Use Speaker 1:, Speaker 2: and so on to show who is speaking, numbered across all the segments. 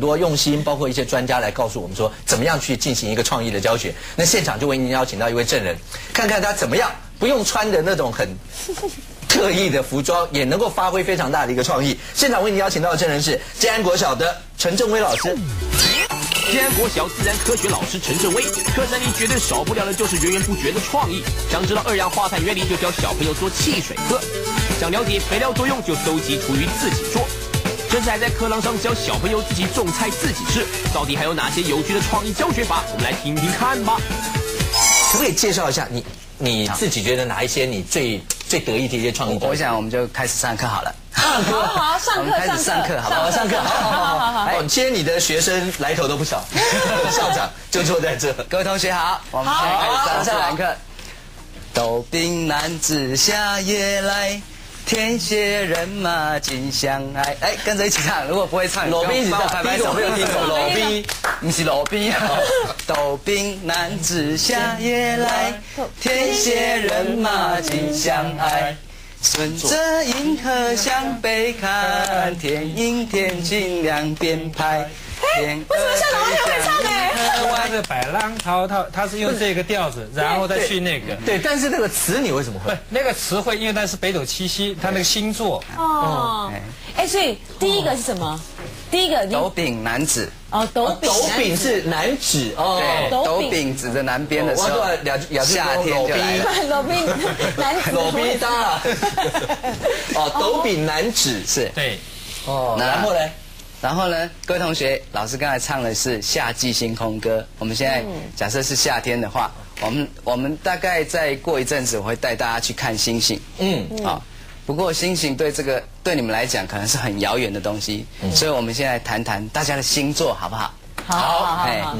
Speaker 1: 多用心，包括一些专家来告诉我们说，怎么样去进行一个创意的教学。那现场就为您邀请到一位证人，看看他怎么样不用穿的那种很特意的服装，也能够发挥非常大的一个创意。现场为您邀请到的证人是建安国小的陈正威老师。
Speaker 2: 西安国小自然科学老师陈正威，课程里绝对少不了的就是源源不绝的创意。想知道二氧化碳原理，就教小朋友做汽水课；想了解肥料作用，就搜集厨余自己做。甚至还在课堂上教小朋友自己种菜自己吃。到底还有哪些有趣的创意教学法？我们来听听看吧。
Speaker 1: 可不可以介绍一下你你自己觉得哪一些你最最得意的一些创意？
Speaker 3: 我想我们就开始上课好了。
Speaker 4: 好哦好上
Speaker 3: 我
Speaker 4: 课
Speaker 3: 们开始上课好不好
Speaker 1: 好，上课，好好好好好。
Speaker 3: 哎
Speaker 1: 哦，今天你的学生来头都不少，校长就坐在这。
Speaker 3: 各位同学好，我们先开始上自然课。斗兵男子下野来，天蝎人马紧相爱。哎，跟着一起唱，如果不会唱，
Speaker 1: 裸兵一
Speaker 3: 你
Speaker 1: 起
Speaker 3: 帮我
Speaker 1: 唱，
Speaker 3: 拍拍手。
Speaker 1: 没有听过裸兵。
Speaker 3: 不是老兵啊！ 斗兵男子下野来，天蝎人马紧相爱。顺着银河向北看，天阴天晴两边拍。哎，为什么校长完全会唱
Speaker 4: 欸
Speaker 5: 他是摆浪涛，他他是用这个调子，然后再去那个。
Speaker 1: 对，但是那个词你为什么
Speaker 5: 不
Speaker 1: 会
Speaker 5: 是？那个词汇，因为那是北斗七夕，他那个星座，
Speaker 4: 哦，哎，所以第一个是什么？第一个你
Speaker 3: 斗柄男子，
Speaker 4: 哦，斗柄，
Speaker 1: 斗柄 是男子哦。
Speaker 3: 对，
Speaker 4: 斗
Speaker 3: 斗
Speaker 4: 柄
Speaker 3: 柄指着南边的时
Speaker 1: 我
Speaker 3: 候
Speaker 1: 说，两句两句
Speaker 3: 夏天就来了。
Speaker 4: 斗柄，男 子，
Speaker 1: 裸兵大。哦，斗柄男子
Speaker 3: 是，
Speaker 5: 对，
Speaker 1: 哦，
Speaker 3: 那
Speaker 1: 然后呢？
Speaker 3: 然后呢，各位同学，老师刚才唱的是《夏季星空歌》，我们现
Speaker 4: 嗯
Speaker 3: 在假设是夏天的话，我们我们大概再过一阵子，我会带大家去看星星。
Speaker 1: 嗯，
Speaker 3: 啊、不过星星对这个对你们来讲可能是很遥远的东西，
Speaker 1: 嗯
Speaker 3: 所以我们现在谈谈大家的星座好不好？哎
Speaker 4: 好好好好，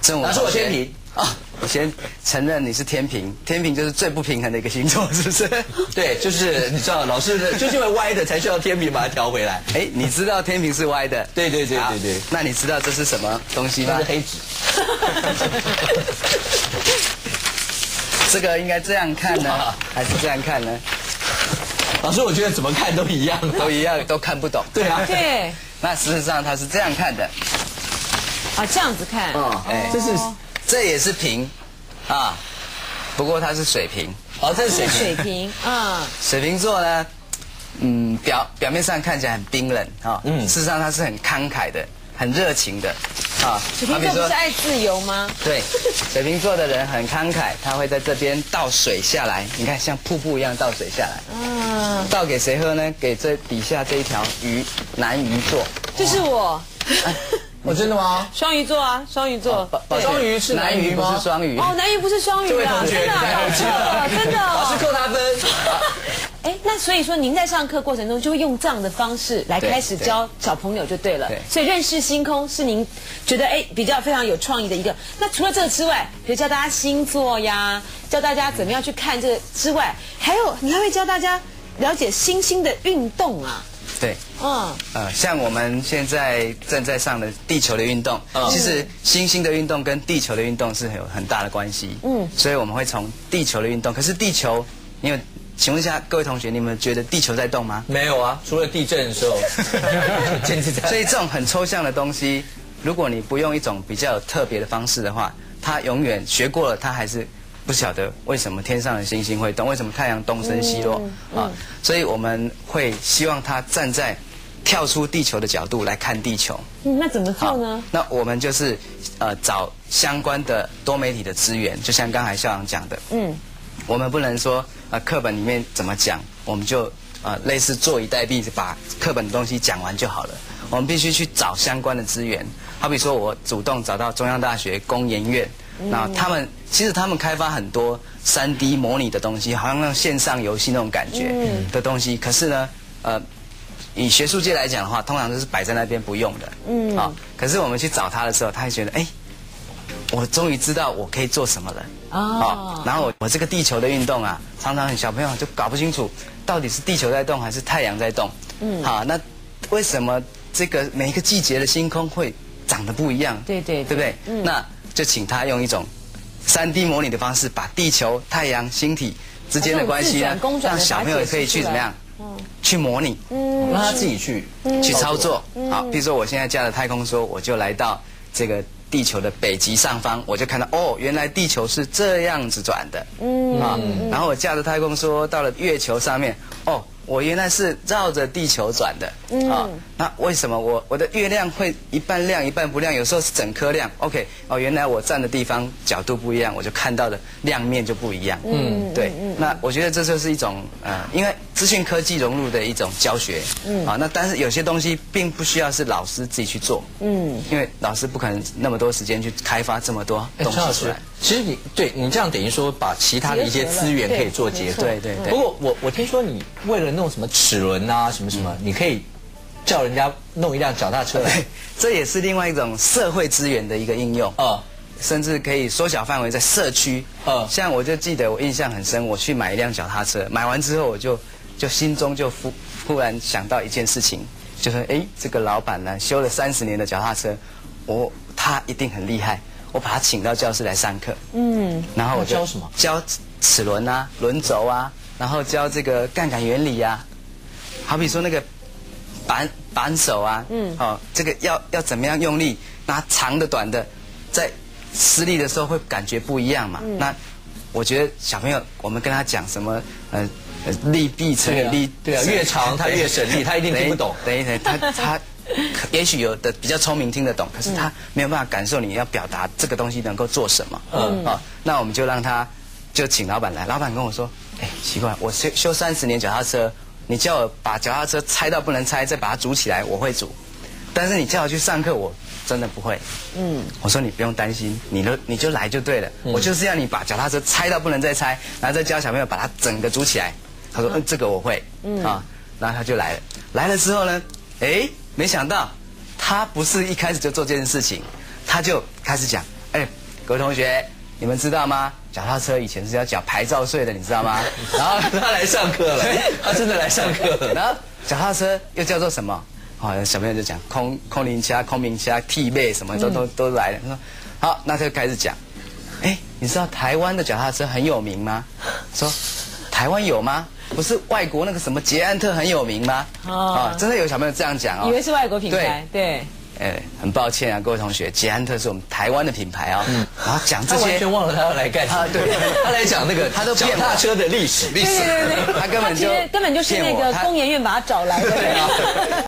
Speaker 3: 正
Speaker 1: 老师我天平
Speaker 3: 啊、我先承认你是天平，天平就是最不平衡的一个星座，是不是？
Speaker 1: 对，就是你知道，老师的就是因为歪的才需要天平把它调回来。
Speaker 3: 哎，你知道天平是歪的？
Speaker 1: 对对对
Speaker 3: 好
Speaker 1: 对对，
Speaker 3: 那你知道这是什么东西
Speaker 1: 那
Speaker 3: 吗
Speaker 1: 是？黑纸。
Speaker 3: 这个应该这样看呢，还是这样 看呢？
Speaker 1: 老师，我觉得怎么看都一 样。
Speaker 3: 都一样，都看不懂。
Speaker 1: 对啊，
Speaker 4: 对，
Speaker 3: 那事实上它是这样看的，
Speaker 4: 啊，这样子看，
Speaker 1: 哦
Speaker 3: 嗯，哎，
Speaker 1: 这是
Speaker 3: 这也是平，啊，不过它是水平。
Speaker 1: 哦，这是
Speaker 4: 是
Speaker 1: 水平。
Speaker 4: 水平，嗯，
Speaker 3: 水瓶座呢，嗯，表表面上看起来很冰冷啊、
Speaker 1: 嗯
Speaker 3: 嗯，事实上它是很慷慨的，很热情的，啊、
Speaker 4: 水瓶
Speaker 3: 好比
Speaker 4: 座不
Speaker 3: 说
Speaker 4: 是爱自由吗？
Speaker 3: 对，水瓶座的人很慷慨，他会在这边倒水下来，你看像瀑布一样倒水下来，
Speaker 4: 嗯，
Speaker 3: 倒给谁喝呢？给这底下这一条鱼，南鱼座。
Speaker 4: 就是我，
Speaker 1: 我真的吗？
Speaker 4: 双鱼座啊，双鱼座，
Speaker 3: 抱歉
Speaker 1: 双鱼是
Speaker 3: 南
Speaker 1: 南鱼
Speaker 3: 鱼，不
Speaker 1: 吗
Speaker 3: 是双鱼。
Speaker 4: 哦，南鱼不是双鱼啊，
Speaker 1: 同学
Speaker 4: 真的
Speaker 1: 你太
Speaker 4: 搞
Speaker 1: 好奇
Speaker 4: 错了，真的
Speaker 1: 老师
Speaker 4: 哦。
Speaker 1: 扣他分。
Speaker 4: 哎，那所以说您在上课过程中就会用这样的方式来
Speaker 3: 对
Speaker 4: 开始教小朋友就对了。
Speaker 3: 对
Speaker 4: 所以认识星空是您觉得哎比较非常有创意的一个。那除了这个之外，比如教大家星座呀，教大家怎么样去看这个之外，还有你还会教大家了解星星的运动啊。
Speaker 3: 对。
Speaker 4: 嗯，
Speaker 3: 呃，像我们现在正在上的地球的运动，
Speaker 1: 嗯
Speaker 3: 其实星星的运动跟地球的运动是很有很大的关系。
Speaker 4: 嗯
Speaker 3: 嗯，所以我们会从地球的运动，可是地球，你有，请问一下各位同学，你们觉得地球在动吗？
Speaker 1: 没有啊，除了地震的时候， 简直在。
Speaker 3: 所以这种很抽象的东西，如果你不用一种比较有特别的方式的话，它永远学过了，它还是不晓得为什么天上的星星会动，为什么太阳东升西落、
Speaker 4: 嗯
Speaker 3: 啊。所以我们会希望它站在跳出地球的角度来看地球。
Speaker 4: 嗯那怎么
Speaker 3: 好
Speaker 4: 做呢？
Speaker 3: 那我们就是呃找相关的多媒体的资源，就像刚才校长讲的，
Speaker 4: 嗯，
Speaker 3: 我们不能说呃课本里面怎么讲，我们就呃类似坐以待毙，把课本的东西讲完就好了。我们必须去找相关的资源，好比说我主动找到中央大学工研院，那他们其实他们开发很多 3D 模拟的东西，好像那种线上游戏那种感觉的东西，可是呢，呃。以学术界来讲的话，通常都是摆在那边不用的。嗯，啊、可是我们去找他的时候，他会觉得，哎，我终于知道我可以做什么了。
Speaker 4: 哦
Speaker 3: 哦，然后我我这个地球的运动啊，常常很小朋友就搞不清楚到底是地球在动还是太阳在动。嗯，好，那为什么这个每一个季节的星空会长得不一样？
Speaker 4: 对对嗯
Speaker 3: 对不对？那就请他用一种 3D 模拟的方式，把地球、太阳、星体之间的关系
Speaker 4: 啊
Speaker 3: 呢
Speaker 4: 这种自转公，转的
Speaker 3: 让小朋友可以去
Speaker 4: 把它解释出来
Speaker 3: 怎么样？去模拟，
Speaker 1: 让他自己去
Speaker 3: 去操作。好，比如说我现在驾着太空梭，我就来到这个地球的北极上方，我就看到哦，原来地球是这样子转的。嗯啊，然后我驾着太空梭到了月球上面，哦，我原来是绕着地球转的。啊，那为什么我我的月亮会一半亮一半不亮？有时候是整颗亮。OK，哦，原来我站的地方角度不一样，我就看到的亮面就不一样。嗯，对。那我觉得这就是一种呃，因为资讯科技融入的一种教学。嗯，啊，那但是有些东西并不需要是老师自己去做。嗯，因为老师不可能那么多时间去开发这么多
Speaker 1: 哎
Speaker 3: 东
Speaker 1: 陈老
Speaker 3: 西出
Speaker 1: 师
Speaker 3: 来。，
Speaker 1: 其实你对你这样等于说把其他的一些资源可以做结合。
Speaker 3: 结合了对没错对对对
Speaker 1: 不过我我听说你为了弄什么齿轮啊什么什么，你可以叫人家弄一辆脚踏车来。
Speaker 3: 这也是另外一种社会资源的一个应用。
Speaker 1: 啊
Speaker 3: 甚至可以缩小范围在社区。
Speaker 1: 嗯
Speaker 3: 像我就记得我印象很深，我去买一辆脚踏车，买完之后我就就心中就忽忽然想到一件事情，就是诶，这个老板呢修了三十年的脚踏车，我他一定很厉害，我把他请到教室来上课。嗯，然后我就
Speaker 1: 那教什么？
Speaker 3: 教齿轮啊、轮轴啊，然后教这个杠杆原理啊，好比说那个扳扳手啊，嗯，哦，这个要要怎么样用力，拿长的短的，在施力的时候会感觉不一样嘛。那我觉得小朋友，我们跟他讲什么，呃，呃力臂乘以
Speaker 1: 对啊
Speaker 3: 力，
Speaker 1: 对啊越 长他越省力他一定听不懂
Speaker 3: 等一等一，他他。可 也许有的比较聪明听得懂，可是他没有办法感受你要表达这个东西能够做什么。嗯，哦，那我们就让他就请老板来，老板跟我说，哎，奇怪，我修修三十年脚踏车，你叫我把脚踏车拆到不能拆，再把它组起来，我会组，但是你叫我去上课，我真的不会。嗯，我说你不用担心，你就你就来就对了，
Speaker 1: 嗯
Speaker 3: 我就是要你把脚踏车拆到不能再拆，然后再教小朋友把它整个组起来。他说，嗯，这个我会。嗯啊，然后他就来了，来了之后呢，哎，没想到他不是一开始就做这件事情，他就开始讲，哎，各位同学，你们知道吗？脚踏车以前是要缴牌照税的，你知道吗？然后
Speaker 1: 他来上课 了，他真的来上课了。
Speaker 3: 然后脚踏车又叫做什么？好、小朋友就讲空空灵车、空明车、替背什么都、都都来了。他说好，那他就开始讲。哎，你知道台湾的脚踏车很有名吗？说台湾有吗？不是外国那个什么捷安特很有名吗？啊、
Speaker 4: 哦
Speaker 3: 真的有小朋友这样讲哦。
Speaker 4: 以为是外国品牌，对，
Speaker 3: 哎，很抱歉啊，各位同学，捷安特是我们台湾的品牌哦。然后讲这
Speaker 1: 他完
Speaker 3: 些，
Speaker 1: 全忘了他要来干什么
Speaker 3: 啊，对
Speaker 1: 他来讲那个
Speaker 3: 他都
Speaker 1: 脚
Speaker 3: 骗我
Speaker 1: 踏车的历史，历
Speaker 4: 对对对 对，
Speaker 3: 他根本
Speaker 4: 其
Speaker 3: 就
Speaker 4: 实根本就是
Speaker 3: 骗
Speaker 4: 那
Speaker 3: 我
Speaker 4: 个
Speaker 3: 他
Speaker 4: 工研院把他找来的。